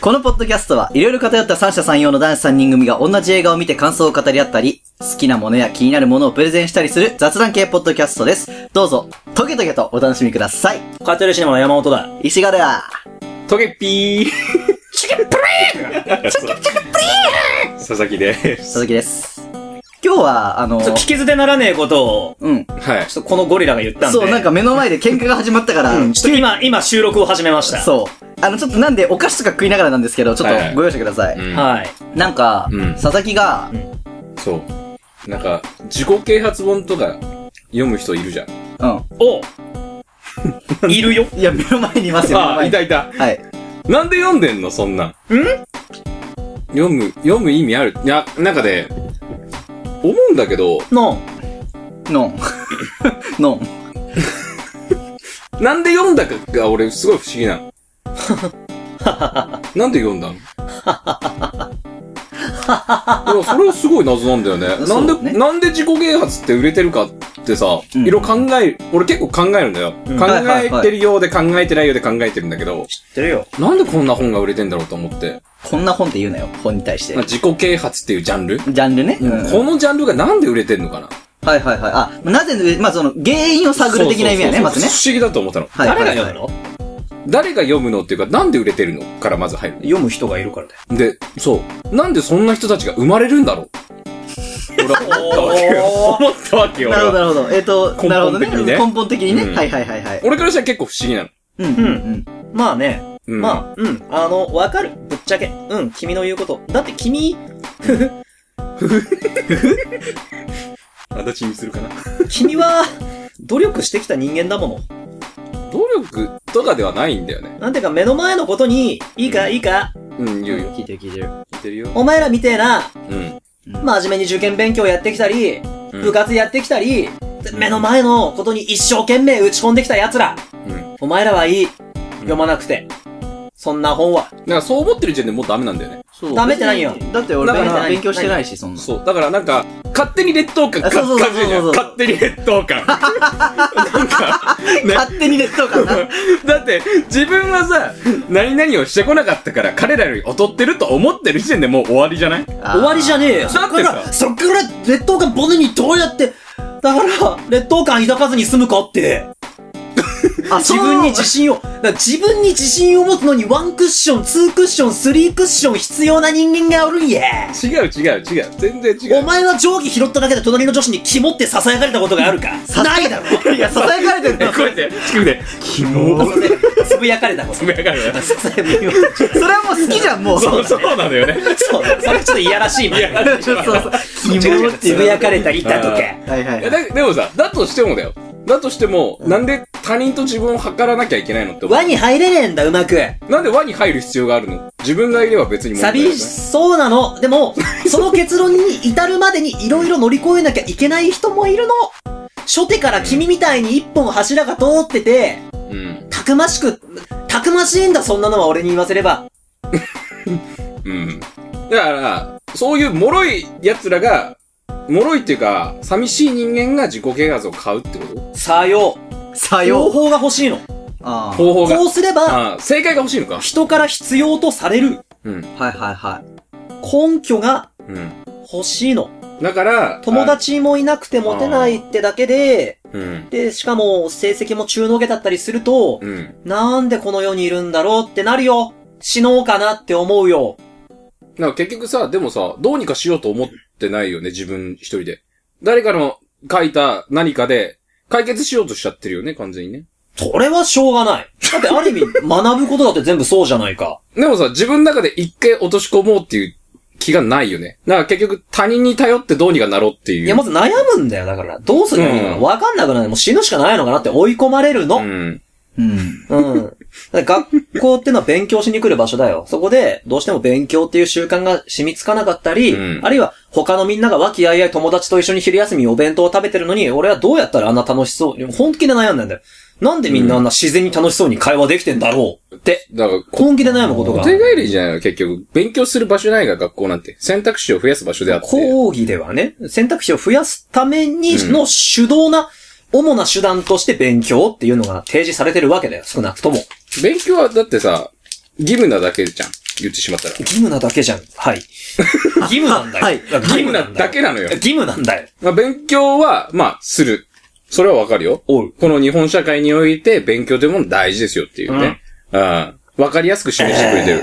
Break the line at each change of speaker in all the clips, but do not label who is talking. このポッドキャストは、いろいろ偏った三者三様の男子三人組が同じ映画を見て感想を語り合ったり、好きなものや気になるものをプレゼンしたりする雑談系ポッドキャストです。どうぞ、トゲトゲとお楽しみください。
カテルシネマの山本だ。
石柄だ。
トゲッピ ー。佐々木です。
佐々木です。今日は、あの、
ちょっと聞き捨てならねえことを、
うん。
はい。
ちょっとこのゴリラが言ったんで。
そう、なんか目の前で喧嘩が始まったから、
うん、ちょっと今、今収録を始めました。
そう。あの、ちょっとなんで、お菓子とか食いながらなんですけど、ちょ
はい
っ
は
と
い
ご容赦ください。
うん
はい。
なんか、
うん
佐々木が、
そう。なんか、自己啓発本とか読む人いるじゃん。
う
おいるよ。
ん。いや、目の前にいますよ、目の
あ、
前
い
に
たいた。
はい。
なんで読んでんのそんなん。ん読む、読む意味あるいや、なんかね、思うんだけど、
の、
ノン。ノン。
なんで読んだかが俺すごい不思議なの。 なんで読んだのいや、それはすごい謎なんだよね。
そ
な
うんだ
で、
ね
なんで自己啓発って売れてるかってさ、
うん
いろいろ考え、俺結構考えるんだよ。
うん
考
はいはい
え
はい
てるようで考えてないようで考えてるんだけど、
知ってるよ。
なんでこんな本が売れてんだろうと思って。
こんな本って言うなよ、本に対して
まあ。自己啓発っていうジャンル、
ジャンルね。うん
このジャンルがなんで売れてんのかな
はいはいはい。あ、なぜ、まあその、原因を探る的な意味やね、
そう
ま
そう
ずね
そう。不思議だと思ったの。
はい。
誰が読む
はい
の、
誰が読むのっていうか、なんで売れてるのからまず入る。
読む人がいるからだよ。
で、そう。なんでそんな人たちが生まれるんだろう俺は思ったわけよ。思ったわけよ。
なるほど、な
俺は
るほど。えっと、なるほどね。
根本的にね
根本的にね。
うん
はいはいはいはい。
俺からしたら結構不思議なの。
うんうんうん。
まあね、
うん、
まあ、うん、あの、わかる。ぶっちゃけ。うん、君の言うこと。だって君、ふふ、
あ、形にするかな。
君は、努力してきた人間だもの。
努力とかではないんだよね。
なんていうか、目の前のことに、いいか、いいか、
うん、言うよ。
聞いてる聞いてる。
言ってるよ。
お前らみてえな、
うん。
真面目に受験勉強やってきたり、
うん
部活やってきたり、目の前のことに一生懸命打ち込んできた奴ら、
うん。
お前らはいい。読まなくて。そんな本は。
だからそう思ってる時点でもうダメなんだよね。
そう
ダメってないよ。
だって俺
だから
勉強してないし、そんな。
そう。だからなんか、勝手に劣等感
あそうそうそうそう
か感じるじゃん 勝手に劣等感。 なんか、ね。
勝手に劣等感な。
だって、自分はさ、何々をしてこなかったから、彼らより劣ってると思ってる時点でもう終わりじゃない
あー
終わりじゃねえよ。
だってさ
そっから、そっから劣等感ボネにどうやって、だから、劣等感抱かずに済むかって。
あ、
自分に自信を、だから自分に自信を持つのにワンクッション、ツークッション、スリークッション必要な人間がおるんや。
違う違う違う。全然違
お
う。
前は定規拾っただけで隣の女子に肝って囁かれたことがあるかないだろ
いや、支えかれてる
え、これで、近くで、キモー
つぶやかれたこと。
つぶやかれた。
さやみを
それはもう好きじゃん、もう。
そう、そうなのよね。
そう、それちょっといやらしいもん。
そうそう。キモって
つぶやかれた
り。
板とか。
はいはいい
や
はい。
だでもさ、だとしてもだよ。だとしても、なんで他人と自分を測らなきゃいけないのって思
輪に入れねえんだ、うまく。
う。なんで輪に入る必要があるの自分がいれば別に問題ない
寂しそうなの。でも、その結論に至るまでにいろいろ乗り越えなきゃいけない人もいるの。初手から君みたいに一本柱が通ってて、
うん。
たくましく、たくましいんだ、そんなのは俺に言わせれば。
うん。だから、そういう脆い奴らが、脆いっていうか、寂しい人間が自己啓発を買うってこと
さよ
さ
う。
よ
両
う。
方が欲しいの。
あー
方法が。
こうすれば、
ああ、正解が欲しいのか。
人から必要とされる
うん。
はいはいはい。
根拠が
うん。
欲しいの。
だから、
友達もいなくてモテないってだけで、
あ。うん。
で、しかも成績も中の下だったりすると、
うん。
なんでこの世にいるんだろうってなるよ。死のうかなって思うよ。
なんか結局さ、でもさ、どうにかしようと思ってないよね、自分一人で。誰かの書いた何かで、解決しようとしちゃってるよね、完全にね。
それはしょうがない。だってある意味、 学ぶことだって全部そうじゃないか。
でもさ、自分の中で一回落とし込もうっていう気がないよね。だから結局他人に頼ってどうにかなろうっていう。
いや、まず悩むんだよ、だから。どうすればいいのか
うん
わかんなくなる。もう死ぬしかないのかなって追い込まれる
う
の。
ん。
うん。
うん。だって学校ってのは勉強しに来る場所だよ。そこで、どうしても勉強っていう習慣が染みつかなかったり、
うん
あるいは他のみんなが和気あいあい友達と一緒に昼休みにお弁当を食べてるのに、俺はどうやったらあんな楽しそう、本気で悩んだんだよ。なんでみんなあんな自然に楽しそうに会話できてんだろうって、
だから、こ
根気で悩むこと
お
が。
手帰りじゃないの、結局。勉強する場所じゃないが、学校なんて。選択肢を増やす場所であって。
講義ではね、選択肢を増やすために
うん
の主導な、主な手段として勉強っていうのが提示されてるわけだよ、少なくとも。
勉強はだってさ、義務なだけじゃん。言ってしまったら。
義務なだけじゃん。はい。義務なんだよ。
はい
だから
義務なだけなのよ
義務なんだよ。
まあ、勉強は、まあ、する。それはわかるよ。
おう。
この日本社会において勉強というもの大事ですよっていうね。うん。わかりやすく示してくれてる。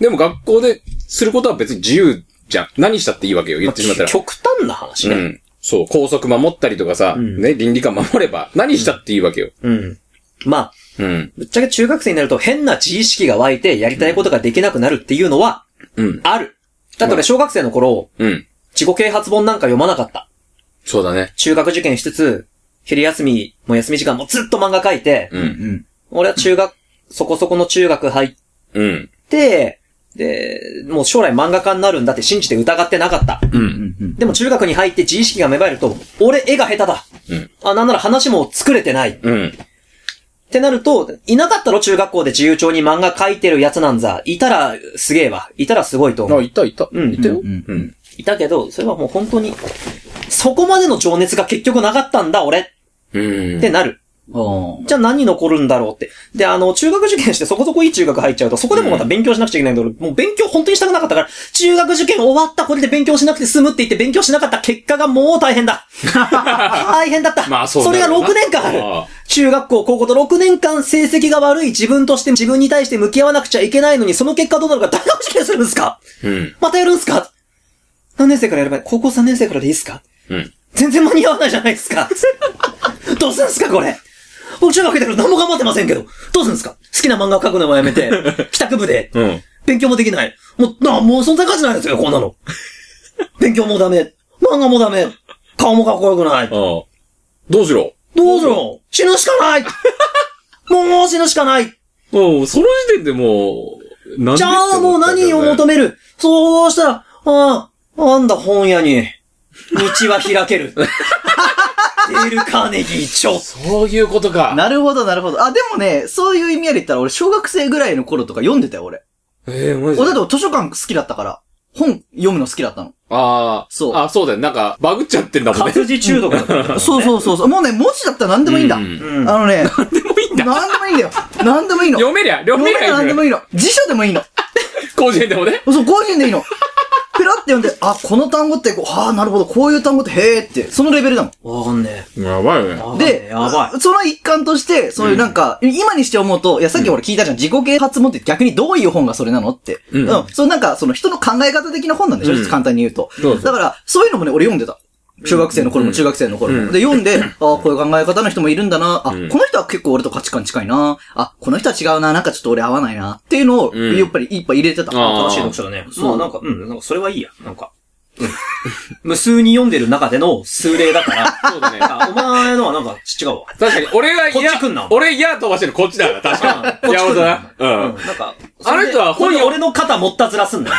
でも学校ですることは別に自由じゃん。何したっていいわけよ、言ってしまったら。
極端な話
う
ね。
ん。そう、校則守ったりとかさ、
うん
ね、倫理観守れば、何したっていいわけよ。
うん。まあ、
うん。
ぶっちゃけ中学生になると変な自意識が湧いてやりたいことができなくなるっていうのは
うん。
ある。だって俺小学生の頃、
うん。
自己啓発本なんか読まなかった。
そうだね。
中学受験しつつ、昼休みも休み時間もずっと漫画書いて、
うん。
ん。
俺は中学、そこそこの中学入っ
うん。
て、で、もう将来漫画家になるんだって信じて疑ってなかった。
う
う。
んん。うん。
でも中学に入って自意識が芽生えると、俺絵が下手だ。
うん
あ、なんなら話も作れてない。っ
うん。
てなると、いなかったろ中学校で自由帳に漫画描いてるやつなんざ。いたらすげえわ。いたらすごいと思
あ、
う。
いたいた。
うん
いたよ。
うん
うん。
いたけど、それはもう本当に、そこまでの情熱が結局なかったんだ、俺
うん。
ってなる。
おー
じゃあ何残るんだろうって。で、あの、中学受験してそこそこいい中学入っちゃうと、そこでもまた勉強しなくちゃいけないんだけど、もう勉強本当にしたくなかったから、中学受験終わった、これで勉強しなくて済むって言って勉強しなかった結果がもう大変だ。大変だった。
まあ、そう
そ
だ
れが
よな
6年間ある。
あ
中学校、高校と6年間成績が悪い自分として自分に対して向き合わなくちゃいけないのに、その結果どうなるか大学受験するんですか
ーうん。
またやるんですか何年生からやればいい高校3年生からでいいですか
うん。
全然間に合わないじゃないです か。どうすんすか、これ。僕中学入ってから何も頑張ってませんけど、どうすんすか好きな漫画を描くのもやめ て、帰宅部で、
うん。
勉強もできない。もう、な、もう存在価値ないですよ、こんなの。勉強もダメ。漫画もダメ。顔もかっこよくない。
ああ。どうしろ
どうしよう死ぬしか ないもう死ぬしかない
うん、その時点でもう、なんで
じゃあもう何を求
め
めるそうしたら、ああ、なんだ本屋に、道は開け る。デール・カーネギー一丁。
そういうことか。
なるほど、なるほど。あ、でもね、そういう意味合いで言ったら、俺、小学生ぐらいの頃とか読んでたよ、俺。
ええマジで
俺、だって図書館好きだったから、本読むの好きだったの。
ああ、
そう
あそうだよ。なんか、バグっちゃってんだもんね。
活字中毒だった。
そうそうそう。そうもうね、文字だったら何でもいいんだ。
う
あのね、何でもいいんだ。何でもいいんだよ。何でもいいの。
読めりゃ、読 め
読め
り
りゃ
ゃ
何
いい
で
の
も
よ。
いいの。辞書でもいいの。
甲子園でもね。
そう、個人でいいの。ペラって読んで、あ、この単語ってこう、ああ、なるほど、こういう単語って、へえって、そのレベルだもん。
わかんね
やばいよ
え。わ
ね。
かんねえ
で、
やば
その一環として、そういうなんか、今にして思うと、いや、さっき俺聞いたじゃん、自己啓発本って逆にどういう本がそれなのって。う
う
んん。そうなんか、その人の考え方的な本なんでしょ、
うん
簡単に言うと。
そうそう
だから、そういうのもね、俺読んでた。小学生の頃
う
も
ん
中学生の頃も。
うん
で、読ん で、ああ、こういう考え方の人もいるんだな。あ、
うん
この人は結構俺と価値観近いな。あ、この人は違うな。なんかちょっと俺合わないな。っていうのを、
うん
やっぱりいっぱい入れてた。
あー
い。新しい読書だね。
そう
まあなんか、うん、なんかそれはいいや。なんか。無数に読んでる中での数例だ から。
そうだね。
あお前のはなんか違うわ。
確かに、俺が
こっ
嫌
ち来んな、
俺嫌飛ばしてるこっちだから、確か
うん
に。いや、
こっち来ん
ほん
な
だな。う
うんん、。なんか、
あの人は
それで
本読
俺の肩持ったずらすんだよ。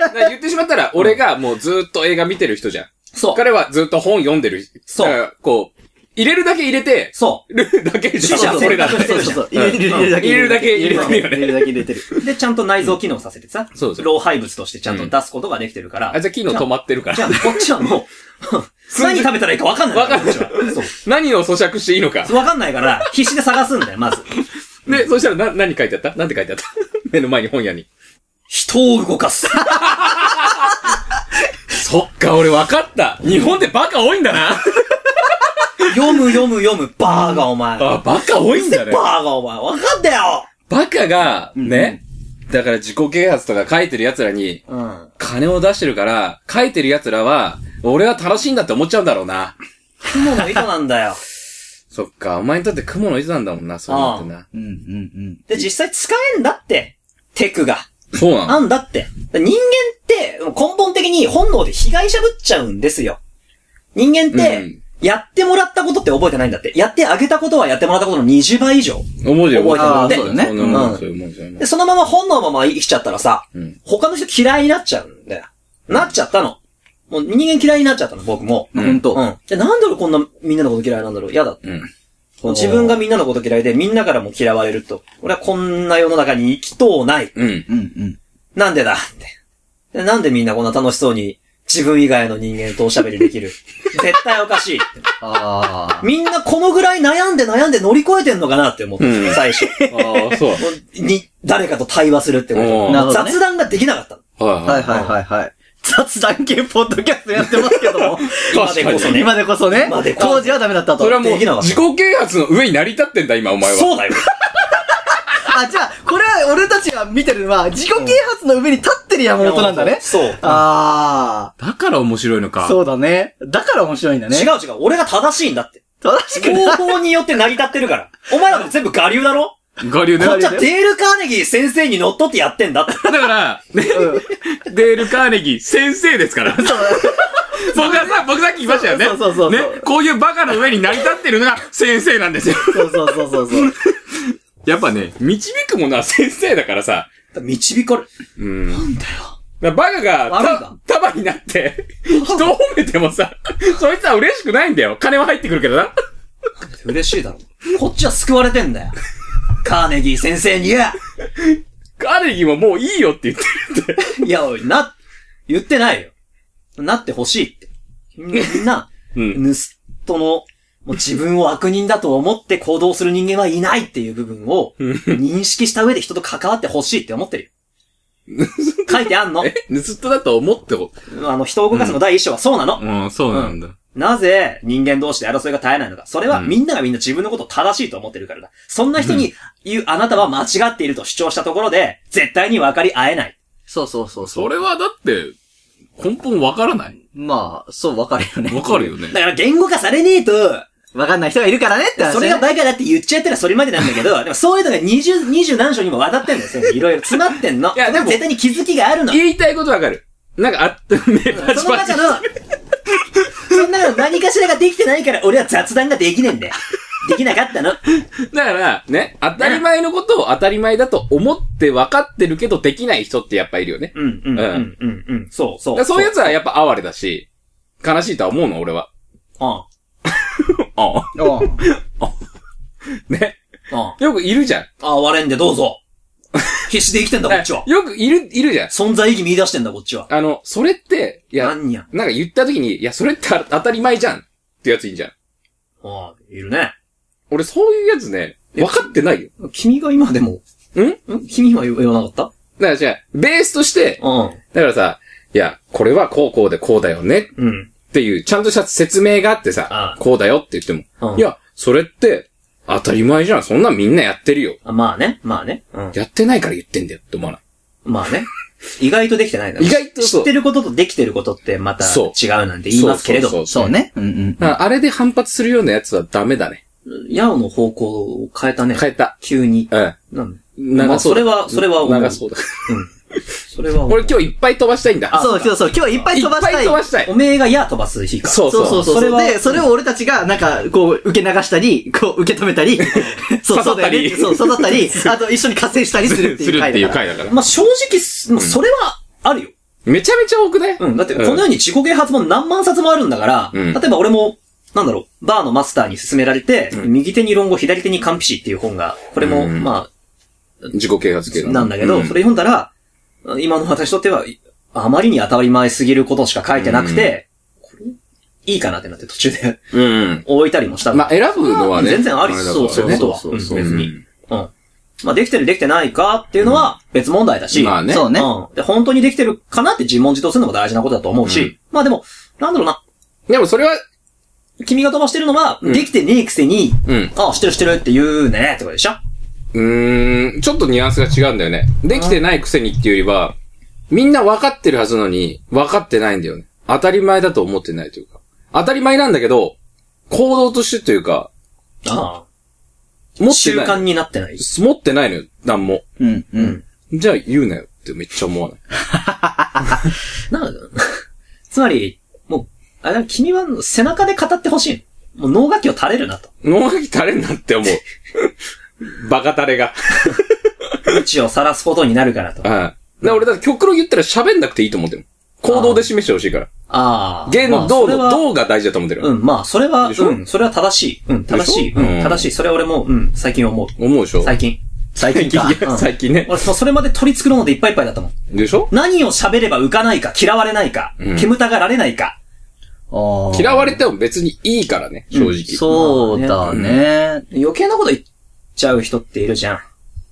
だから言ってしまったら、俺がもうずっと映画見てる人じゃん。
そう。
彼はずっと本読んでる。
そう
だからこう、入れるだけ入れて、
そ
ルールだけじゃ
死者
ん、俺らっ
選択して
そう
る
て。
そうそう。入れてる、入れるだけ
入れるだけ入れてるよね
入れるだけ入れてる。
う。で、ちゃんと内臓機能させてさ、
そうそう
老廃物としてちゃんと出すことができてるから。
あ、じゃあ機能止まってるか
じゃ
ら
あ。こっちは もう、何食べたらいいか分かんない。
わかんない
こっちは
何を咀嚼していいのか
そ。う。分かんないから、必死で探すんだよ、まず。
で、そしたらな、何書いてあったなんて書いてあった 目の前に本屋に。
人を動かす。
そっか、俺分かった。日本でバカ多いんだな。
読む読む読む、バーがお前。
あ、バカ多いんだね。
バーがお前、わかったよ
バカが、ね。だから自己啓発とか書いてる奴らに、
うん。
金を出してるから、書いてる奴らは、俺は楽しいんだって思っちゃうんだろうな。
雲の糸なんだよ。
そっか、お前にとって雲の糸なんだもんな、そうなってな。
うん、うん、
で、実際使えんだって。テクが。
そうな
あ
の
んだって。人間って、根本的に本能で被害者ぶっちゃうんですよ。人間って、
うん
やってもらったことって覚えてないんだって。やってあげたことはやってもらったことの20倍以上。
思うじゃん、
覚えてる
思
で
うじ
そ
ゃんそう
だ
うな
ね
も
うん
ん、そういうもん、そういうもん
で、。そのまま本のまま生きちゃったらさ、
うん
他の人嫌いになっちゃうんだよ。なっちゃったの。もう人間嫌いになっちゃったの、僕も。
うん。ほん
う
と。
ん。で、なんで俺こんなみんなのこと嫌いなんだろう嫌だ。
うん。
自分がみんなのこと嫌いで、みんなからも嫌われると。俺はこんな世の中に生きとうない。
うん。
うん、うん。
なんでだって。でなんでみんなこんな楽しそうに、自分以外の人間とおしゃべりで きる。絶対おかしいって。
あ
みんなこのぐらい悩んで悩んで乗り越えてんのかなって思って、
うん
最初。
ああ、そう。
に、誰かと対話するってこ
お
と。
ー
なるほどね
雑談できなかったの。
は
はい
はいはいはい。雑談系ポッドキャストやってますけども。
今でこそね。
今でこそね
今で、こそ
当時はダメだったと。
それはもう、
できなかった
自己啓発の上に成り立ってんだ、今、お前は。
そうだよ。
あ、じゃあ、これは俺たちが見てるのは、自己啓発の上に立ってる山本なんだね。
そう。違う
あ
だから面白いの
あ、
か。
そうだね。だから面白いんだね。う。
違う。俺が正しいんだって。
正しくない。
方法によって成り立ってるから。お前らも全部我流 だろ
我流ね。
こっち
だ
はデール・カーネギー先生に乗っ取ってやってんだって。
から、ね、
うん
デール・カーネギー先生ですから。僕はさ、僕さっき言いましたよね。
そうそうそうそう
ね、こういうバカの上に成り立ってるのが先生なんですよ。
そうそうそうそうそう。
やっぱね、導くものは先生だからさ。
導かれ、
うん。
なんだよ。
だからバカ
悪い
が
な
た、束になって、人を褒めてもさ、そいつは嬉しくないんだよ。金は入ってくるけどな。
嬉しいだろ。こっちは救われてんだよ。カーネギー先生にや
カーネギーももういいよって言ってるって。
いや、おい、な、言ってないよ。なってほしいって。みんな、
うん。
盗人の、もう自分を悪人だと思って行動する人間はいないっていう部分を
うん
認識した上で人と関わってほしいって思ってるよ。書いてあんの
え、盗っ人だと思ってこ
あの、人を動かすの第一章はそうなの。
うん、そうなんだ。
なぜ人間同士で争いが絶えないのか。それは
うん
みんながみんな自分のことを正しいと思ってるからだ。そんな人に言う、あなたは間違っていると主張したところで、絶対に分かり合えない。
そうそうそうそ。
そうれはだって、根本わからない。
まあ、そう、わかるよね。
わかるよね
だ。から言語化されねえと、
わかんない人がいるからねって話ね。
それがバカだって言っちゃったらそれまでなんだけ ど、でもそういうのが二十、二十何章にもわたってんですよ。いろいろ詰まってんの。
いやでも
絶対に気づきがあるの。
言いたいことわかる。なんかあったね、パ
そ
チ
の
パチ
中。の、 その中の何かしらができてないから俺は雑談ができねえんだよ。できなかったの。
だから、ね、当たり前のことを当たり前だと思って分かってるけどできない人ってやっぱいるよね。
うん、うん、う
うん
ん、うん、うん。そう、そ
だから
う。
そういうやつはやっぱ哀れだし、悲しいとは思うの、俺は。
うん。
あ
うん。
あ。 ね。
うん。
よくいるじゃん。
ああ、割れんでどう ぞ。必死で生きてんだ、こっちは。
よくいる、いるじゃん。
存在意義見出してんだ、こっちは。
あの、それって、いや、
何や。
なんか言った時に、いや、それってあ当たり前じゃん。ってやついいんじゃん。
ああ、いるね。
俺、そういうやつね、分かってないよ。
君が今でも。
ん
ん君は言わ言わなかっ
だからじゃあ、ベースとして
た、うん。
だからさ、いや、これはこうこうでこうだよね
うん。
っていう、ちゃんとした説明があってさ
あ、あ
こうだよって言っても、
うん
いや、それって、当たり前じゃん。そんなんみんなやってるよ。
あまあね、まあね。うん。
やってないから言ってんだよって思わない。
まあね。意外とできてないな
意外とそう
知ってることとできてることってまた
そう
違うなんて言いますけれど。
そうそう
そうね。うんうん。
だからあれで反発するようなやつはダメだね。
ヤオの方向を変えたね。
変えた。
急に。
うん。
なんまあ
長
そ
そう
れ
だ。
は、それは思う、
長そうだ。
それは思う、
俺今日いっぱい飛ばしたいんだ。
そうそうそう。今日いっぱい
いっ
飛ばし
ぱ
た
い
い。
飛ばしたい
お。めえがや飛ばす日か。
そう
そうそうそう。
そ
そ
れ
れ
は
で、それを俺たちが、なんか、こう、受け流したり、こう、受け止めたり、そう、そうだよねって。
刺さ
そう、刺さったり、あと一緒に活性したりするってい
す
う
るっ
回
ていう
だから。
回だから。
まあ正直、すもうそれはあるよ。
めちゃめちゃ多くね
うん。だって、このように自己啓発本何万冊もあるんだから、
うん
例えば俺も、なんだろう、バーのマスターに勧められて、
うん
右手に論語、左手にカンピシっていう本が、これも、
うん
ま
自己啓発系
あ、なんだけど、
う
それ読んだら、今の私にとっては、いあまりに当たり前すぎることしか書いてなくて、これ、いいかなってなって途中で
うんうん。
置いたりもしたの。
まあ、選ぶのはね。
全然あり
れだから
そうそう
ね
そう
そう
うん別に
うん
うん。まあ、できてるできてないかっていうのは別問題だし、
まあね。
そうね。
うん。で、本当にできてるかなって自問自答するのも大事なことだと思うし、
う
まあでも、なんだろうな、
でもそれは、
君が飛ばしてるのは、
うん
できてねえくせに、
うん。
ああ、してるしてるって言うねってことでしょ
うーん、ちょっとニュアンスが違うんだよね。できてないくせにっていうよりは、みんな分かってるはずなのに、分かってないんだよね。当たり前だと思ってないというか。当たり前なんだけど、行動としてというか、
あ
持
あ。
って
習
な
慣
い。
になってない。
持ってないのよ、なんも。
うん、うん。
じゃあ言うなよってめっちゃ思わない。
なんだ つまり、もう、あれ君は背中で語ってほしい。もう脳楽器を垂れるなと。
脳書き垂れんなって思う。 バカ垂れが。
無知を晒すことになるからと。
うん。だから俺だって極論言ったら喋んなくていいと思ってる。行動で示してほしいから。
ああ。
言
まあそ
動
れ
の
は
動が大事だと思ってる。
うん、まあ、それは、う
でしょ
ん、それは正しい。うん、正しい。
でしょ
う、
うんん
正しい。それは俺も、うん、最近思う。
思うでしょ
最近。
最近か。
いや最近ね。
俺、そうそれまで取り繕うのでいっぱいいっぱいだったもん。
でしょ
何を喋れば浮かないか、嫌われないか、
うん
煙たがられないか。
嫌
わ
われても別にいいからね、正直。
そうだね。
余計なこと言っちゃう人っているじゃん。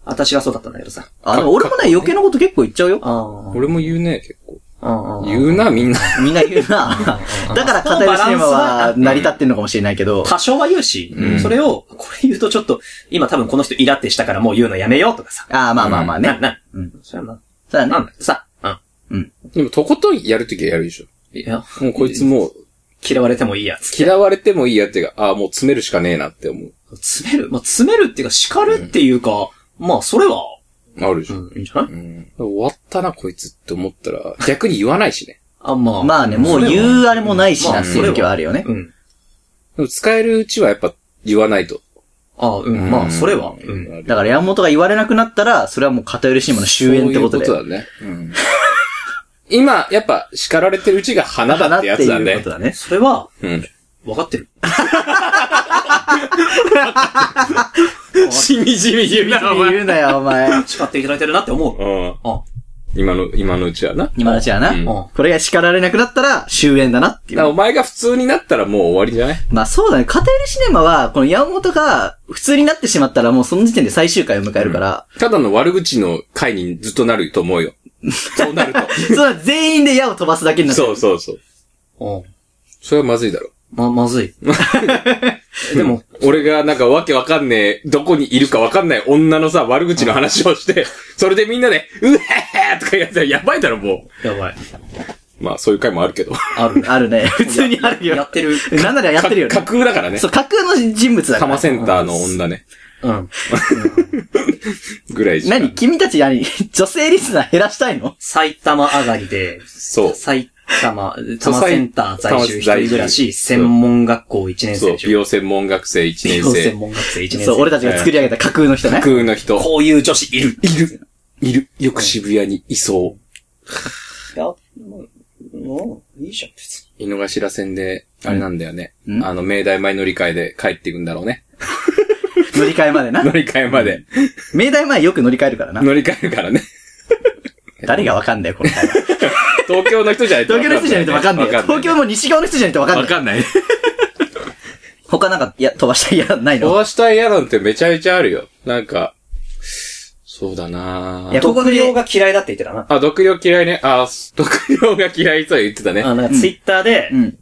私はそうだったんだけどさ。
あ、でも俺もね、余計なこと結構言っちゃうよ。
あ
俺も言うね、結構。
あ
言うな、みんな。
みんな言うな。だから偏りシネマは成り立ってんのかもしれないけど。
多少は言うし、
うん
それを、これ言うとちょっと、今多分この人イラってしたからもう言うのやめようとかさ。
ああ、まあまあまあ
な、
ね。
な、
うん。
それは
そうだ
な、
ね
な。んだけどさ、うん。
でも、とことんやるときはやるでしょ。
いや、
もうこいつもう、
嫌われてもいいやつ。
嫌われてもいいやっていうか、ああ、もう詰めるしかねえなって思う。
詰めるまあ、詰めるっていうか、叱るっていうか、まあ、それは、
あるでし
う
ょ。
ん、いいんじゃない
うん。終わったな、こいつって思ったら、逆に言わないしね。
あ、まあ。
まあね、もう
う。
言うあれもないし
ま
な
あ
っていう時はあるよね。
うん。
でも使えるうちはやっぱ言わないと。
あうん、まあ、それは。うん。
だから山本が言われなくなったら、それはもう偏りシネマの終焉ってことで。
そういうことだね。うん。今、やっぱ叱られてるうちが花だってやつだ
っていう
ね
こと。だね。
それは、
うん。
分かってる。
しみじみ言うな、お前。
言うなよ、お前。
叱っていただいてるなって思う。
うん。
あ、
今の、今のうちはな。
今のうちはな。
うん
うん。
これが叱られなくなったら終焉だなってい
だからお
う。
前が普通になったらもう終わりじゃない
まあそうだね。偏りシネマは、この山本が普通になってしまったらもうその時点で最終回を迎えるから、
ただの悪口の回にずっとなると思うよ。 そうなると。
それは全員で矢を飛ばすだけ になる。
そうそうそう。
うん。
それはまずいだろ。
ま、まずい。でも、
俺がなんかわけわかんねえ、どこにいるかわかんない女のさ、悪口の話をして、 それでみんなで、うへへとかやったらやばいだろ、も
やばい。
う。まあ、そういう回もあるけど。
あるね。
あるね。普通にある
や
よ
っ。てる。
なんならやってるよね。
架空だからね
そ。う、架空の人物だ
タ
か
マ
ら。
センターの女ね。
うん。
ぐらいしか
何君たち何 女性リスナー減らしたいの
埼玉上がりで、
そう。
埼玉、多摩センター在住一人暮らし、専門学校1年生
そう
で、し
美
ょ。
容専門学生1
美
年
容専
生。
門学生1年生。
そう、俺たちが作り上げた架空の人ね
架。空の人。
こういう女子いる。
いる。いる。よく渋谷にいそう。
いや、もう、もういいじゃん、別に。
井の頭線で、あれなんだよね。
うん
あの、明大前乗り換えで帰っていくんだろうね。
乗り換えまでな
乗。り換えまで。
明大前よく乗り換えるからな。
乗り換えるからね。
誰がわかんだよ、この会話
東京の人じゃないと
東京の人じゃないとわかんないよ。東京の西側の人じゃないとわかん
わ
ない。
かんない。
他なんか、いや、飛ばしたいや、ないの
こうしたい嫌なんてめちゃめちゃあるよ。なんか、そうだない
や
ぁ。
ここ
独
で
業が嫌いだって言ってたな。
あ、毒量嫌いね。あ、毒量が嫌いとは言ってたね。
あの、ツイッターで
う、ん。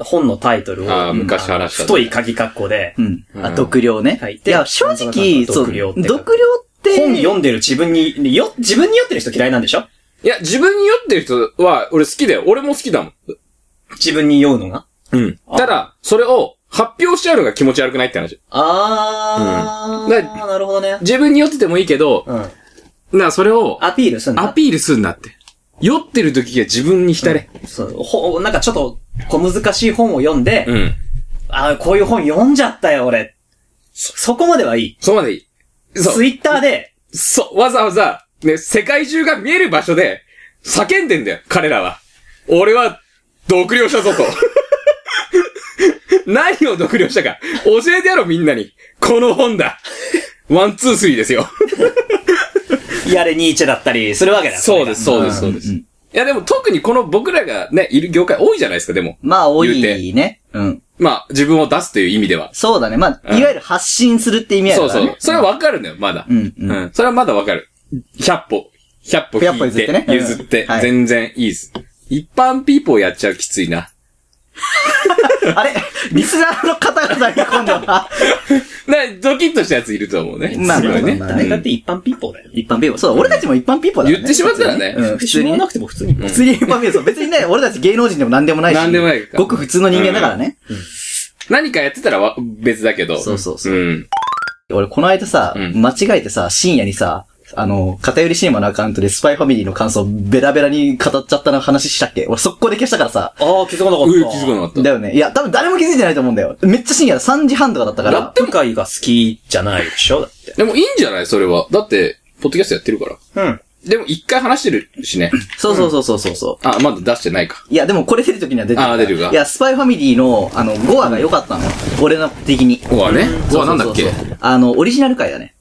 本のタイトルを、
あー昔話した
あ
ね
の太い鍵括弧で
う、ん。あ、
うん
毒量ね
はい。
いや、正直、
で
そう、
毒
毒量
量っ
ってて。
本読んでる自分に、よ、自分に酔ってる人嫌いなんでしょ
いや、自分に酔ってる人は、俺好きだよ。俺も好きだもん。
自分に酔うのが。
うん。ただ、それを発表しちゃうのが気持ち悪くないって話。
あ
うん
ー、なるほどね。
自分に酔っててもいいけど、
うん。
な、それを、
アピールすんだ。
アピールすんなって。酔ってる時が自分に浸れ。
そう、ほ、なんかちょっと、小難しい本を読んで、
うん。
ああ、こういう本読んじゃったよ、俺。そ、そこまではいい。
そこまでいい。そ
ツ
う。
イッターで、
そう。わざわざ、ね、世界中が見える場所で、叫んでんだよ、彼らは。俺は、独量したぞと。 何を独量したか。教えてやろう、みんなに。この本だ。ワン、ツー、スリーですよ。
やれニーチェだったりするわけだ。
そうです、
う。
そうです、そうです。
うん
いや、でも特にこの僕らがね、いる業界多いじゃないですか、でも。
まあ、多
言う
いね。うん。
まあ、自分を出すという意味では。
そうだね。ま
う
あ、
ん
いわゆる発信するって意味合いだ
そう
から
そ
ね
う。。それはわかるのよ、まだ。
うんうん
それはまだわかる。100歩。100歩引い
100歩譲っ
て。
てねうん
譲って
はい
全然いいです。一般ピーポーやっちゃうきついな。
あ れリスナーの方々に今度は、
な、ドキッとしたやついると思うね。
まあ
すごいね。
まあまあ
だって一般ピーポーだよ。
一般ピーポー。 そう、俺たちも一般ピーポーだからね
言ってしまったらね
うん、普通に
言わ
ね
な。くても普通に。
普通に一般ピーポー。別にね、俺たち芸能人でも何でもないし。
何でもないから
ごく普通の人間だからね。
何かやってたらわ別だけど。
そうそうそう
うん。
俺、この間さ、
うん
間違えてさ、深夜にさ、あの、偏りシネマのアカウントでスパイファミリーの感想ベラベラに語っちゃったな話したっけ俺速攻で消したからさ。
ああ、気づかなかった。
うー気づかなかった。
だよね。いや、多分誰も気づいてないと思うんだよ。めっちゃ深夜だ。3時半とかだったか
ラッ
ら。
プ界が好きじゃないでしょだって。
でもいいんじゃないそれは。だって、ポッドキャストやってるから。
うん。
でも一回話してるしね。
そうそうそうそうそうそう。
あ、まだ出してないか。
いや、でもこれ出る時には出てるから。
あー出るか
いや、スパイファミリーの、あの、5話が良かったのよ。俺の的に。
うわね。う
そう
わ、
そ
な
うんそ
だ
う
っけ。
あの、オリジナル回だね。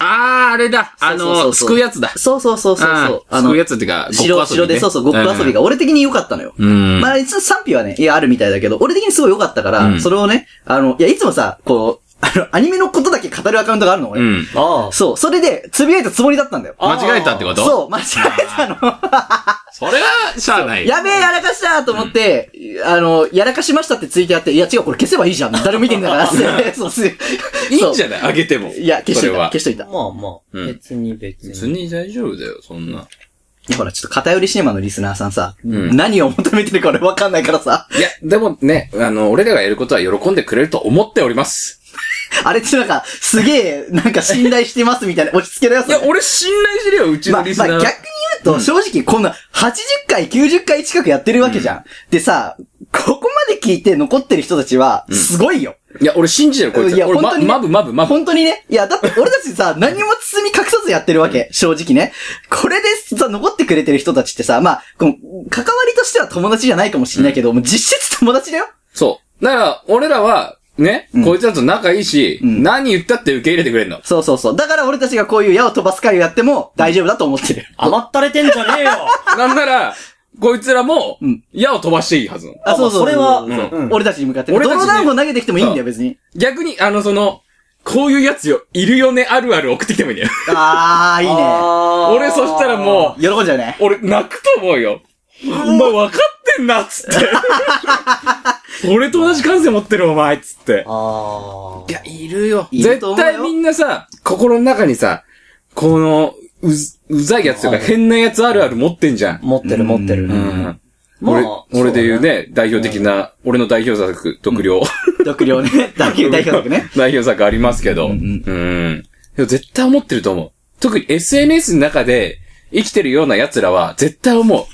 あー、あれだ。あ
そうそうそ
の、
うそう
救うやつだ。
そうそうそうそうそう。
あ
あ
ー救
の
うや、つってか、ご
白、
っこ遊
白
びね
で、そうそう、ごっこ遊びが。俺的に良かったのよ。
うん。
まあ、いつ賛否はね、いや、あるみたいだけど、俺的にすごい良かったから、
うん
それをね、あの、いや、いつもさ、こう、あの、アニメのことだけ語るアカウントがあるの、俺。
うん。
ああ。
そう、それで、つぶやいたつもりだったんだよ。
あー
間違えたってこと
そう、間違えたの。
それは、しゃあない。
やべえ、やらかしたと思って、あの、やらかしましたってツイートやって、いや違う、これ消せばいいじゃん。誰も見てんだ からって。そう、すい
いいんじ
ゃ
ゃないあげても。
いや、消し
そ
と
れ
いた。
は
消。しといた。
まあまあ
う。ん
別に別
別
に。
に大丈夫だよ、そんな。
ほら、ちょっと偏りシネマのリスナーさんさ、
うん
何を求めてるか俺わかんないからさ、
いや、でもね、あの、俺らがやることは喜んでくれると思っております。
あれってなんか、すげえ、なんか信頼してますみたいな、落ち着けのやつ
いや、俺信頼してるよ、うち
まあ、
の
まあ
リス
逆
ナ
に
ー。
言うと、正直こんな80回、90回近くやってるわけじゃん。でさ、ここまで聞いて残ってる人たちは、すごいよ。
いや、俺信じてる、こいつ。
いや
俺、
本
ま
当にね
まぶまぶまぶ。
本当にね。いや、だって俺たちさ、何も包み隠さずやってるわけ。正直ね。これでさ、残ってくれてる人たちってさ、まあ、この関わりとしては友達じゃないかもしれないけど、もう実質友達だよ。
そう。だから、俺らは、ね、こいつらと仲いいし、
ん
何言ったって受け入れてくれん の。
そうそうそう。だから俺たちがこういう矢を飛ばす会をやっても大丈夫だと思ってる。
甘ったれてんじゃねえよ
なんなら、こいつらも
うん、
矢を飛ばしていいはずなの。
あ、そうそう。
それは
そうそう
うん
俺たちに向かって。
俺たちに
泥団子投げてきてもいいんだよ、別に。
逆に、あの、その、こういうやつよ、いるよね、あるある送ってきてもいいんだよ。
あー、いいね。
あー
俺そしたらも
喜んじゃうね。
う、俺泣くと思うよ。お前分かってんな、つって。 俺と同じ感性持ってる、お前、つって。
あ
いや、いるよ。
いると思
絶
うよ
対みんなさ、心の中にさ、この、うず、うざいやつとか
うん
変なやつあるある持ってんじゃ
あ。
ん。
持ってる持ってる。
う
うん。
まあ
俺、
そう
俺
だね
で言うね、代表的な、俺の代表作、独量。
独量ね。 代表代表作ね。
代表作ありますけど。
う
うんん。でも絶対思ってると思う。特に SNS の中で生きてるような奴らは絶対思う。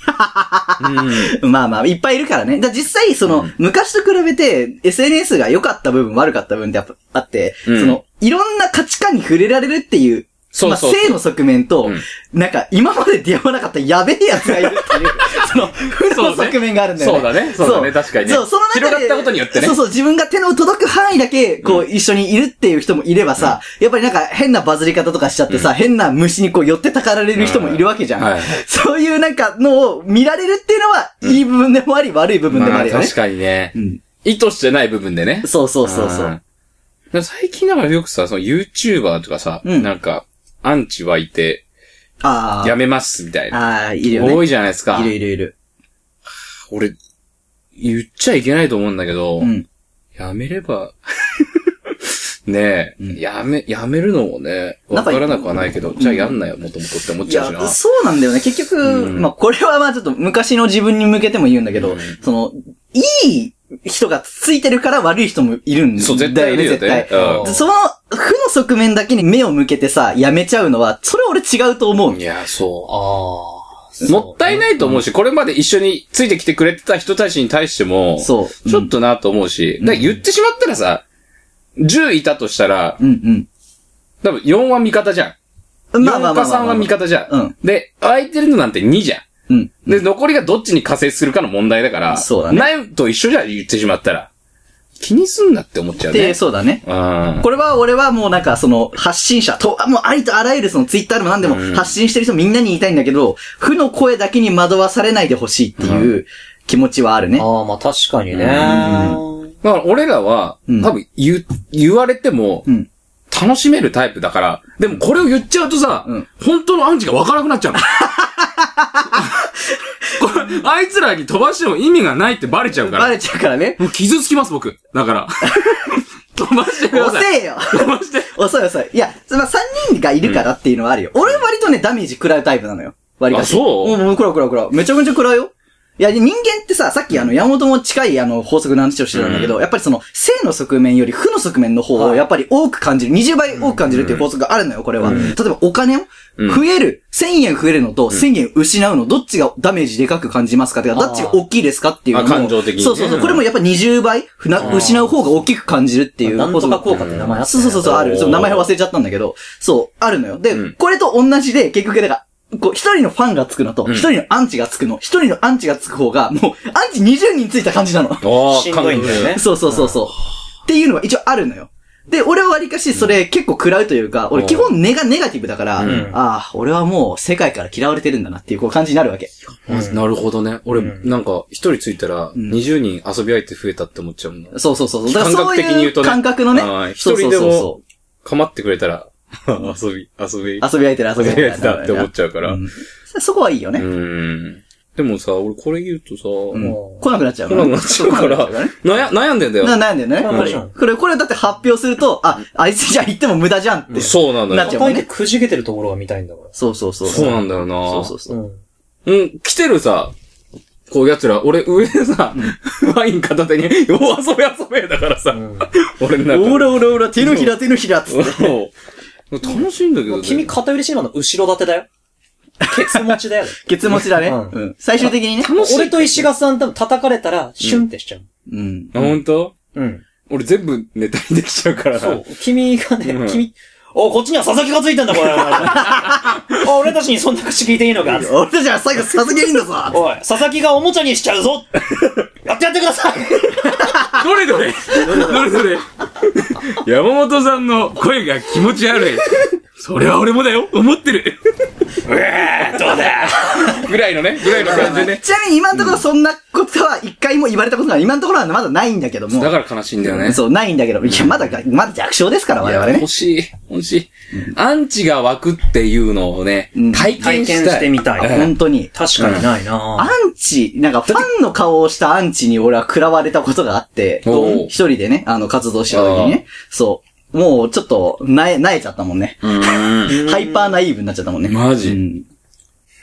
うん。
まあまあ、いっぱいいるからね。だから実際、その、昔と比べて、SNS が良かった部分、悪かった部分ってやっぱあって、
うん
その、いろんな価値観に触れられるっていう、
そうそう
まあ、性の側面と、
うん
なんか、今まで出会わなかったやべえやつがいるって いう、その、負の側面があるんだよね。
そうだね。そうだね。確かにね。
そう、その中で。
広がったことによってね
そう。そう、自分が手の届く範囲だけ、こう、一緒にいるっていう人もいればさ、やっぱりなんか変なバズり方とかしちゃってさ、変な虫にこう寄ってたかられる人もいるわけじゃん。
うんはい
そういうなんかのを見られるっていうのは、いい部分でもあり、悪い部分でも
ま
あ
あ
るよね
確。かにね
う。ん。
意図してない部分でね。
そうそうそうそ
ん
う。。
でも最近だからよくさ、その YouTuber とかさ、
うん
なんか、アンチ湧いて、
ああ。
やめますみたいな。
ああ、いるよね。
多いじゃないですか
い。るいるいる。
俺、言っちゃいけないと思うんだけど
う、ん。
やめ れば、ねえ、
うん
やめ、やめるのもね、わからなくはないけど、じゃあやんなよ、もともとって思っ
い
ちゃうしな
や、。そうなんだよね。結局、
うん
まあ、これはまあちょっと昔の自分に向けても言うんだけど、
うん
その、いい人がついてるから悪い人もいるんだよね。
そう、絶対いるよね。
絶対。
うん
その、負の側面だけに目を向けてさ、やめちゃうのは、それ俺違うと思う
うん。い。や、そ
あ
う。
ー。
もったい
な
ないと思うし、これまで一緒についてきてくれてた人たちに対しても、
そう。
ちょっとなと思うし、だから言ってしまったらさ、10いたとしたら、
うんうん
多分4は味方じゃん。
うん。まあまあ
4
ま
か
あまあ
3
ま
は
あ。
味方じゃ。
うん
で、空いてるのなんて2じゃん。
うん。
で、残りがどっちに加勢するかの問題だから、
そうだね
ないと一緒じゃん言ってしまったら。気にすんなって思っちゃう
で、
ね。
そうだね。
うん。
これは俺はもうなんかその発信者と、あもうありとあらゆるそのツイッターでも何でも
うん
発信してる人みんなに言いたいんだけど、負の声だけに惑わされないでほしいっていう気持ちはあるね。
ああ、まあ確かにね。
だから俺らは、
うん
多分言う、言われても
うん、
楽しめるタイプだから、でもこれを言っちゃうとさ、
うん
本当のアンチがわからなくなっちゃう の。これ、あいつらに飛ばしても意味がないってバレちゃうか
バ
ら。
レちゃうからね。
もう傷つきます、僕。だから。飛ばしてくだ
遅
さい。
えよ
飛ばして。
遅い遅い。いや、まあ、3人がいるからっていうのはあるよ。俺は割とね、ダメージ食らうタイプなのよ。割と。
あそう
もう、もう、食らう食らう食らう。めちゃめちゃ食らうよ。いや、人間ってさ、さっきあの、山本も近いあの、法則の話をしてたんだけど、やっぱりその、性の側面より負の側面の方
は
を
い
やっぱり多く感じる、20倍多く感じるっていう法則があるのよ、これは。例えばお金を
うん
増える、1000円増えるのと1000円失うの、どっちがダメージでかく感じますかってか、
あー
どっちが大きいですかっていうの
あ
も
感情的にね
そうそうそう。これもやっぱ20倍、ふな
あー
失う方が大きく感じるっていう
なん
法
と
則。
か効果って名前あった
そ
ね
うそうそうそう、ある。
おー
そう名前忘れちゃったんだけど、そう、あるのよ。で、
うん
これと同じで、結局、だから、こう、一人のファンがつくのと、
うん
一人のアンチがつくの、一人のアンチがつく方が、もう、アンチ20人ついた感じなの。
あー
しんどいんだよね
そうそうそうそう。っていうのは一応あるのよ。で、俺はわりかしそれ結構食らうというか、俺基本根がネガティブだから、
うん
ああ、俺はもう世界から嫌われてるんだなっていうこう感じになるわけ。
うん
なるほどね。俺、
うん
なんか、一人ついたら、
ん
20人遊び相手増えたって思っちゃうもん。
そうそうそう。だから
感
そ
覚
う
的に
い
言うと
う
ね。
感覚のね
はい。一
そうそ
人
う
で
そう
も
そ、
かまってくれ たら、遊び、遊び、遊び
う。遊び相手だ、遊び相手
相手だって思っちゃうから。
う
うん
そこはいいよね。
ん。でもさ、俺これ言うとさ、
うん
うん
来なくなっちゃう
来なくなっちゃうから
ね、
悩悩んでんだよ。
な悩んでるね。
まあもちろん
これ、これだって発表すると、あ、あいつじゃ行っても無駄じゃんって。
そうなの
なっ
よ
ち。ゃう
抱えてくじけてるところが見たいんだか
そうそうそう。
そうなんだよな
そうそうそう
ら。。
うん、来てるさ、こう奴ら、俺上でさ、ワイン片手に、 お遊べ遊べだからさ、
うん。
俺の中
オラオラオラ、手のひら手のひらっつって。
でそう楽しいんだけ
も
ど
う
ね。
君、片寄りシネマの後ろ盾だよ。ケツ持ちだよ。
ケツ持ちだね。
うん
うん。最終的にね。
俺と石賀さん多分叩かれたら、シュンってしちゃう。
うん。
あ、ほんと
うん。
俺全部ネタにできちゃうから。
そう。君がね、
うん
君、おこっちには佐々木がついてんだ、これ。お俺たちにそんな口聞いていいのか
俺たちは最後、さすがいいんだぞ
おい、佐々木がおもちゃにしちゃうぞやってやってください
どれどれどれどれ山本さんの声が気持ち悪い。それは俺もだよ思ってる
どうだ
ぐらいのね、ぐらいの感じでね。
ちなみに今のところそんなことは一回も言われたことが今のところはまだないんだけども。
だから悲しいんだよね。
そう、ないんだけど。いや、まだ、まだ弱小ですから、我々
いや
ね
欲。しい、欲しい。アンチが湧くっていうのをね
うん、
体験したい。
た
い
本当に。
確かにないな
アンチ、なんかファンの顔をしたアンチに俺は食らわれたことがあって、
おう
一人でね、あの活動してた時にね、そう、もうちょっと、なえ、なえちゃったもんね。
う
ハイパーナイーブになっちゃったもんね。
マジ
うん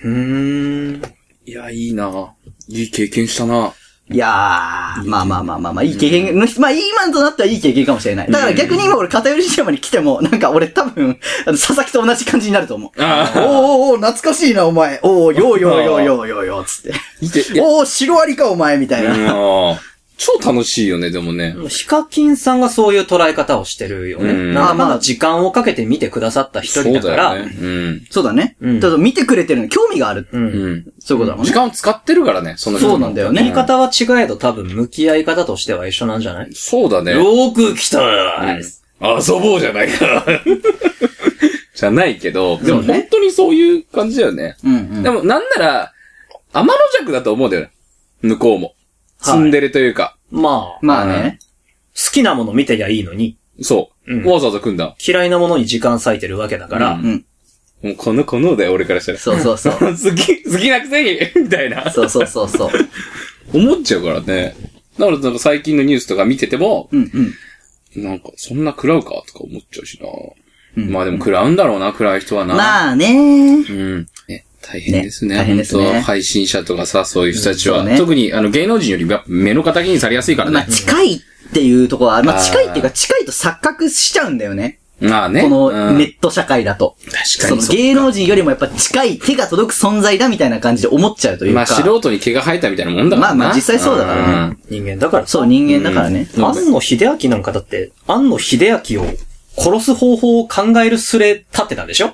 うーん。
いや、いいな。いい経験したな。
いやー、まあまあまあまあまあ、いい経験の、まあ今となってはいい経験かもしれない。だから逆に今俺偏りシネマに来ても、なんか俺多分、あの佐々木と同じ感じになると思う。
あ
おーおーおー懐かしいなお前。おおよーよーよーよーよーよーつっ
いて、い
て。
や
おおシロアリかお前みたいな。
うん超楽しいよね、でもね。
ヒカキンさんがそういう捉え方をしてるよね。
うん
なんかまだ時間をかけて見てくださった一人だから、
そうだよね。
そうだね。
うん
ただ見てくれてるの、興味がある。
う
うん
ん。
うん。
そういうことだもん
時
ね。
間を使ってるからね、その人
そうなんだよね
言い方は違えど多分向き合い方としては一緒なんじゃない、
そうだね。
よーく来た
遊ぼうじゃないか。 じゃないけど、でも
そうね
本当にそういう感じだよね。
うんうん。
でもなんなら、天の弱だと思うんだよね。向こうも。ツンデレというか。
まあ、好
まあね。
きなもの見てりゃいいのに、
そう、
うん
わざわざ組んだ。
嫌いなものに時間割いてるわけだから、
うん
うん。
もうこの子のだよ、俺からしたら。
そうそうそう。
好き、好きなくせに、み たいな。
そうそうそうそう。
思っちゃうからね。だから、なんか最近のニュースとか見てても、
うんうん。
なんか、そんな食らうかとか思っちゃうしな。
うん
まあでも食らうんだろうな、食らう人はな。
まあね。
うん。ね、大変ですね。
ね大変ですね
本当配信者とかさ、そういう人たち
うん
は。
そうね
特に、あの、芸能人よりやっぱ目の敵にされやすいから
まあ
ね。
近いっていうところは、まあ
あー
近いっていうか近いと錯覚しちゃうんだよね。
まあね。
こ
う
の
ん
ネット社会だと。
確か
そ
に
の
そう。
芸能人よりもやっぱ近い手が届く存在だみたいな感じで思っちゃうという
まあ、
か。
素人に毛が生えたみたいなもんだからな。
まあまあ実際そうだからね
うん
人間だから
そう、人間だからね。
うん
庵野秀明なんかだって、庵野秀明を殺す方法を考えるすれ立ってたんでしょ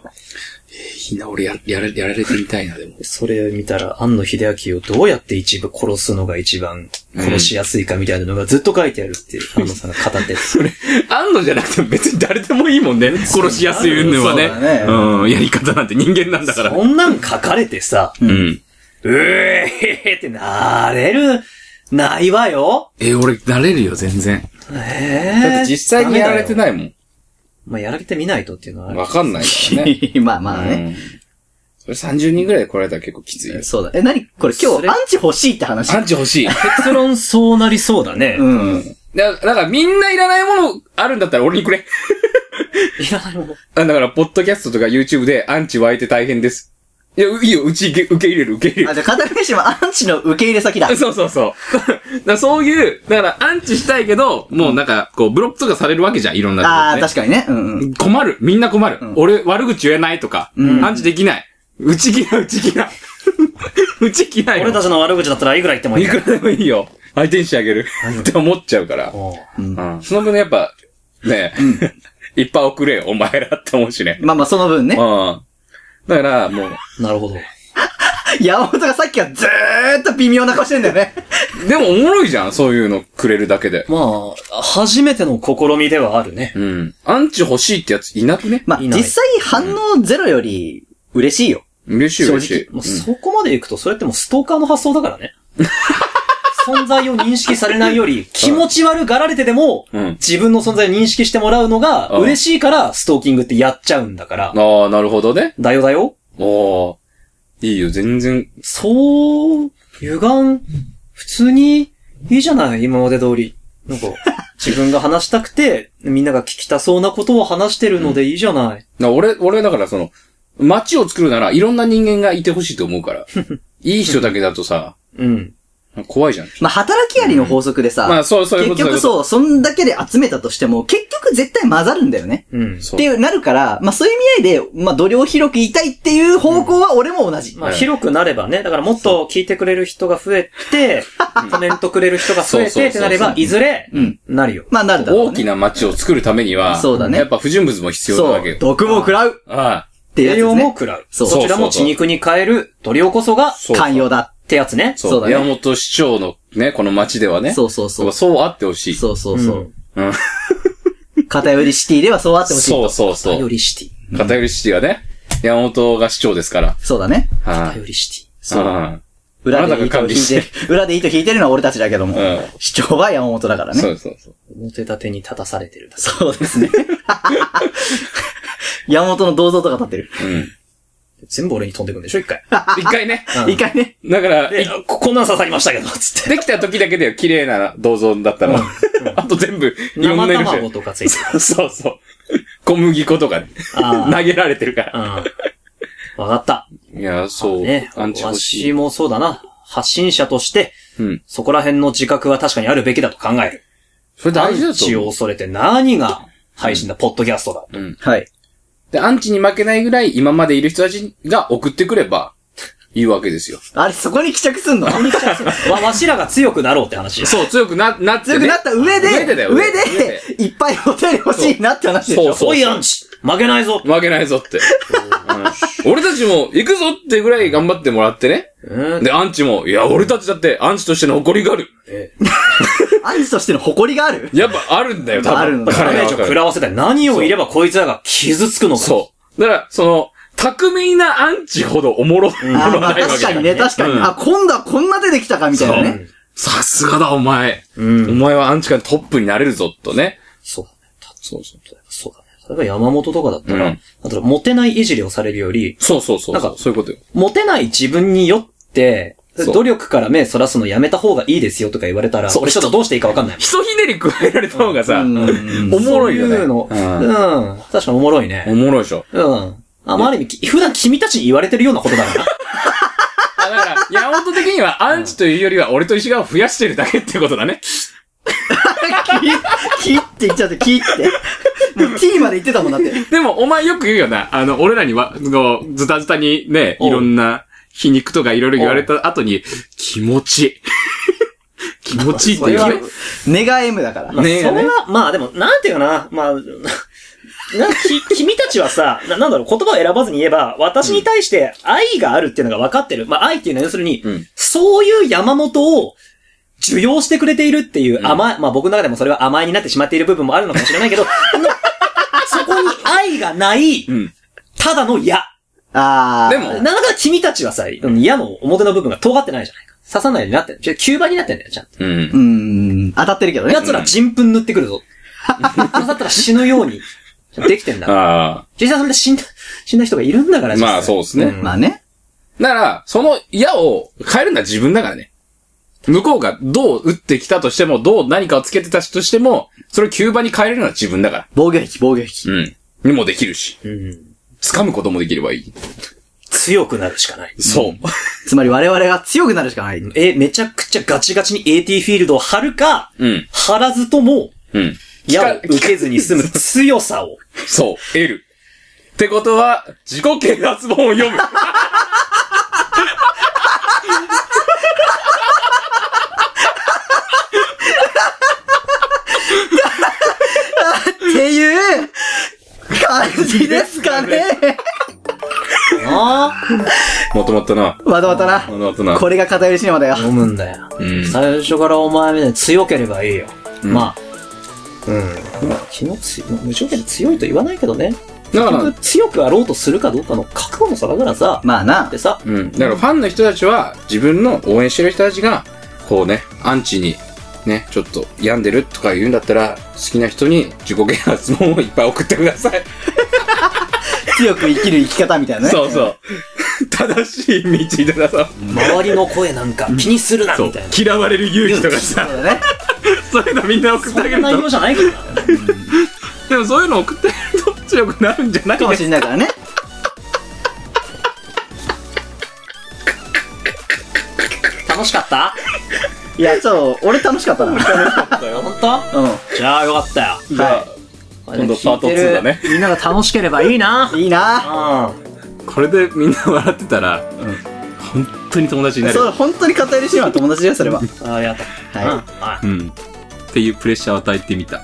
いいな、俺や、やら、やられてみたいな、で も。
それ見たら、庵野秀明をどうやって一部殺すのが一番殺しやすいかみたいなのがずっと書いてあるって、庵野さんが語ってて。 それ、
あんのじゃなくても別に誰でもいいも んね。殺しやすいのはね。
そうだね
うん、やり方なんて人間なんだから。
そんなん書かれてさ、
うん。
うえーってなれる、ないわよ。
え、俺、慣れるよ、全然。
ええ
だって実際にやられて
い。
ないも
まあ、やられてみないとっていうのはあ
ん。
る。
わかんないからね。
まあ まあね。
うん。それ30人ぐらいで来られたら結構きつい よ。
そうだ。え、なにこれ今
そ
日
れ
アンチ欲しいって話
アンチ欲しい。
結論そうなりそうだね。
うん。
だだからみんないらないものあるんだったら俺にくれ。
いらないもの。
あだから、ポッドキャストとか YouTube でアンチ湧いて大変です。いや、ういいよ、うち受け受け入れる、受け入れ
あ、
る。
じゃあ、片目島アンチの受け入れ先だ。
そうそうそう。だからそういう、だからアンチしたいけど、もうなんか、こう、ブロックとかされるわけじゃん、いろんなとこ
ああ、
ね
確かにね。うんうん。
困る。みんな困る。
ん
俺、悪口言えないとか、
うん
アンチできない。うち嫌い、うち嫌い。 うち嫌いよ。
俺たちの悪口だったらいくら言ってもいい
いくらでもいいよ。相手にしてあげる。って思っちゃうから。
おう
うん。その分ねやっぱ、ね え、いっぱい送れよ、お前らって思うしね。
まあまあ、その分
う
ね。
ん。だから、もう、
なるほど。
山本がさっきはずーっと微妙な顔してんだよね。
でもおもろいじゃん、そういうのくれるだけで。
まあ、初めての試みではあるね。
うん。アンチ欲しいってやついなくね
まあ、
いない
実際反応ゼロより嬉しいよ。
嬉しい
正
嬉しい。
直。もうそこまで行くと、それってもうストーカーの発想だからね。 存在を認識されないより、気持ち悪がられてでも、
うん
自分の存在を認識してもらうのが
うん
嬉しいから、ストーキングってやっちゃうんだから。
ああ、なるほどね。
だよだよ。
おー。いいよ、全然。
そう、歪ん、普通に、いいじゃない、今まで通り。なん か、自分が話したくて、みんなが聞きたそうなことを話してるのでいいじゃない。
な俺、俺だからその、街を作るならいろんな人間がいてほしいと思うから。 いい人だけだとさ、
うん。
怖いじゃん。
まあ、働きありの法則でさ、
まあ、そう、そういうこ
結
とだ
局そう、そんだけで集めたとしても、結局絶対混ざるんだよね。
うん。
そ
っ
う
ていう、なるから、まあそういう意味合いで、まあ度量広く言いたいっていう方向は俺も同じ。
まあ、
うん
広くなればね、だからもっと聞いてくれる人が増えて、コメントくれる人が増え
そうそうそう
て
そう
ってなれば、いずれ
うん、
なるよ。
まあなるだろう、ね。
大きな街を作るためには、
そうだね
やっぱ不純物も必要な
そ
わけ
う
よ。。
毒も食らう
あ
っていうやつです
栄養も
ね。
食らう。
そ
そうちらも血肉に変える塗料こそが、っ
あ、そうそう
寛容だ。
てやつね。。
そう
そうだね
山本市長のね、この街ではね。
そうそうそ
や
う
っぱ。そうあってほしい。
そうそうそううん
うん。
偏りシティではそうあってほしい
そ
と。
うそうそ
頼
う。
りシテ
偏りシティはね、山本が市長ですから。
そうだね。
ィ。
は
頼
い。
りシティ。
そう
うん。
裏で糸を引い
あなたが管理
て、裏で糸引いてるのは俺たちだけども
うん。
市長は山本だからね
そ。うそうそう。
表立てに立たされてるだけ。
そうです ね。山本の銅像とか立ってる。
うん。
全部俺に飛んでくんでしょ、一回。
一回ね。
うん
一回ね。
だから、
で、ここんなん刺さりましたけど、つって。
できた時だけで綺麗な銅像だったら、 あと全部、いろん
生
な色
卵
し
とかついてる。
て。そうそう。小麦粉とかね、
あ
投げられてるか
あ。う
ら。
ん。わかった。
いや、そう。
ね。
アンチ欲し
私
い。
もそうだな。発信者として、
うん。
そこら辺の自覚は確かにあるべきだと考える。
それ
ア
大事
ン
だと
チ
思
を
う。
恐れて何が配信だ、ポッドキャストだ。
うん。
はい。
で、アンチに負けないぐらい今までいる人たちが送ってくれば、いいわけですよ。
あれ、そこに帰着すんの
わ、わしらが強くなろうって話です。
そう、強くな、なって、
強
ね。
くなった上で、
上でだよ。
上で、いっぱいお便り欲しいなって話でしょ。
そうそう
おいアンチ負けないぞ
負けないぞって。うん俺たちも行くぞってぐらい頑張ってもらってね。
うん。
で、アンチも、いや、俺たちだってアンチとしての誇りがある。
え
アンチとしての誇りがある
やっぱあるんだよ、多分。
あるんだ
ダ
彼
メ
は
ー
わ
ジを
か
食
る。
らわせたい。何をいればこいつらが傷つくのか。
そう。だから、その、巧みなアンチほどおもろ、おも
あー
ろ
まあ
ないわ
確
け
か
だよ
にね、確かに。
うん
あ、今度はこんな出てきたかみたいなね。
さすがだ、お前。お前はアンチからトップになれるぞ、とね。
そうだね。た
そうそう。
そうだね。例えば山本とかだったら、
うん
あとモテないいじりをされるより、
そうそうそう。
なんか
そういうことよ。
モテない自分によって、
そう
努力から目そらすのやめた方がいいですよとか言われたら、
そう
俺ちょっとどうしていいかわかんない。
ひとひねり加えられた方がさ、
うん
おもろいよね。
そういうの。
うん
うん。確かにおもろいね。
おもろいでしょ。
うん。あ、まあ、ある意味、き普段君たちに言われてるようなことだからな。
あ、だから、山本的にはアンチというよりは、俺と石川を増やしてるだけってことだね。
キーって言っちゃって、キーって。もう T まで言ってたもんだって。
でも、お前よく言うよな。あの、俺らには、こう、ズタズタにね、
おう
いろんな皮肉とかいろいろ言われた後に、気持ちい い。気持ちいいって言うよね。
ネガ M だから。
まあ、そ
ねえ
れは、まあでも、なんていうかな、まあ、 なき君たちはさな、なんだろう、言葉を選ばずに言えば、私に対して愛があるっていうのが分かってる。まあ愛っていうのは要するに、
うん
そういう山本を受容してくれているっていう甘い、まあ僕の中でもそれは甘えになってしまっている部分もあるのかもしれないけ ど、のそこに愛がない、
うん。
ただの矢。
あー。
でも
なんだか君たちはさ、うん矢の表の部分が尖ってないじゃないか。刺さないようになってる。ちょ9倍になってんだよ、ちゃんと。
うん
う。ん、当たってるけどね。
奴ら人糞塗ってくるぞ。刺さったら死ぬように。できてんだ。
あ
実際それで死んだ、死んだ人がいるんだか
あ。
ら、実際
まあ、そうですね。
うん
まあね。
だから、その矢を変えるのは自分だからね。向こうがどう打ってきたとしても、どう何かをつけてたとしても、それを急場に変えれるのは自分だから。
防御壁、防御壁。
うん。にもできるし、
うん
掴むこともできればいい。
強くなるしかない。
そう。
つまり我々が強くなるしかない。
え、めちゃくちゃガチガチに AT フィールドを張るか、
うん。
張らずとも、
うん。
矢を受けずに済む強さを。
そう、L。ってことは、自己啓発本を読む。
っていう、 感じですかね。
ああ。
もともとな。
まだまたな。
もともとな。
これが偏りシネマだよ。
飲むんだよ。
うん
最初からお前みたいに強ければいいよ。
うん
まあ。うん。まあ、昨日つ、無条件で強いと言わないけどね。
だ
結
から
局、強くあろうとするかどうかの覚悟の差だからさ。
まあな
で。さ、
うん。だからファンの人たちは、自分の応援してる人たちが、こうね、アンチに、ね、ちょっと病んでるとか言うんだったら、好きな人に自己啓発本をいっぱい送ってください。
強く生きる生き方みたいなね。
そうそう。正しい道だなさ、
周りの声なんか気にするな、みたいな。
嫌われる勇気とか
そう
さ、
だね。
そういうのみんな送って
そ
あげ
ん
る
な色
と。
じゃないけどな。
でもそういうの送ってあげると強くなるんじゃない
か
か
もしれないからね。
楽しかった
いや、そう、俺楽しかったな。うん。
本当じゃあよかったよ。
じゃあ、今度パート2だね。
みんなが楽しければいいな。
いいな。
う
これでみんな笑ってたら、本当に友達になる。
そう、本当に偏りシネマは友達だよ、それは。
ん。ありがとう。うん
は
は
うん。っていうプレッシャーを与えてみた。
い。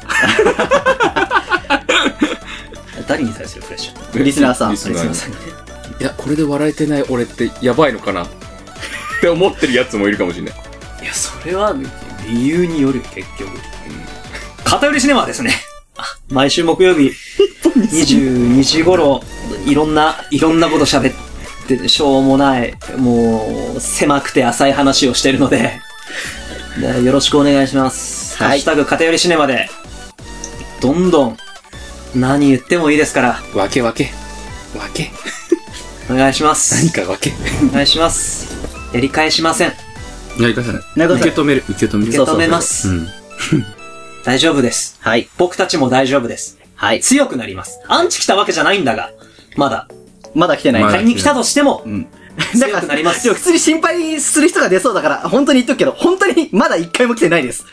誰に対するプレッシャー
リスナーさん
リス
リ
ナ
スナー
ー
さんにね。
いや、これで笑えてない俺ってやばいのかなって思ってるやつもいるかもしれない。
いや、それは、理由によるよ、結局。偏りシネマはですね。あ毎週木曜日、22時頃、いろんな、いろんなこと喋って、しょうもない、もう、狭くて浅い話をしてるので、でよろしくお願いします。
はい
ハッシュタグ偏りシネマで、どんどん、何言ってもいいですから、
わけわけ。わけ。
お願いします。
かわけ。
お願いします。やり返しません。
やり方ない。
やり
受
方ない
け止める。受け止める。
受け止めます。
うん。
大丈夫です。
い。はい。
僕たちも大丈夫です。
はい。
強くなります。アンチ来たわけじゃないんだが、まだ。
まだ来てない。
ま だ
仮に来たとしても
う、ん。
強くなります
だから普通に心配する人が出そうだから、本当に言っとくけど、本当にまだ一回も来てないです。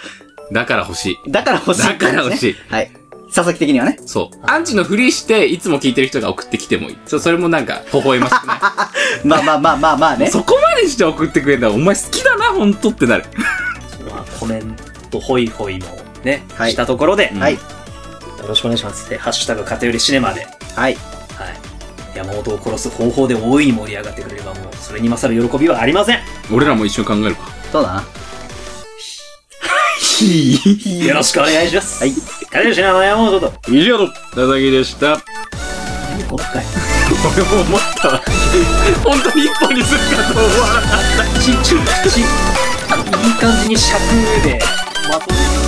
だから欲しい。
だから欲しい、
だから欲しい。
はい。佐々木的にはね。
そう。アンチのふりして、いつも聞いてる人が送ってきてもいい。そうそれもなんか、微笑ましくない。
まあまあまあまあまあね。
そこまでして送ってくれたら、お前好きだな、ほんとってなる。
まあ、コメントホイホイもね、
はい
したところで、
はい。
よろしくお願いします。で、ハッシュタグ偏りシネマで、は
はい。
い。山本を殺す方法で大いに盛り上がってくれればもう、それに勝る喜びはありません。
俺らも一緒に考えるか。
そうだな。
よろしくお願いします。
はい。
偏りシネマの山本と、
以上の、なだぎでした。
お深い。
俺も思ったわ。 本当に一本にするかと思わなかった。
ち、ち、ち、いい感じに尺で、まとめて。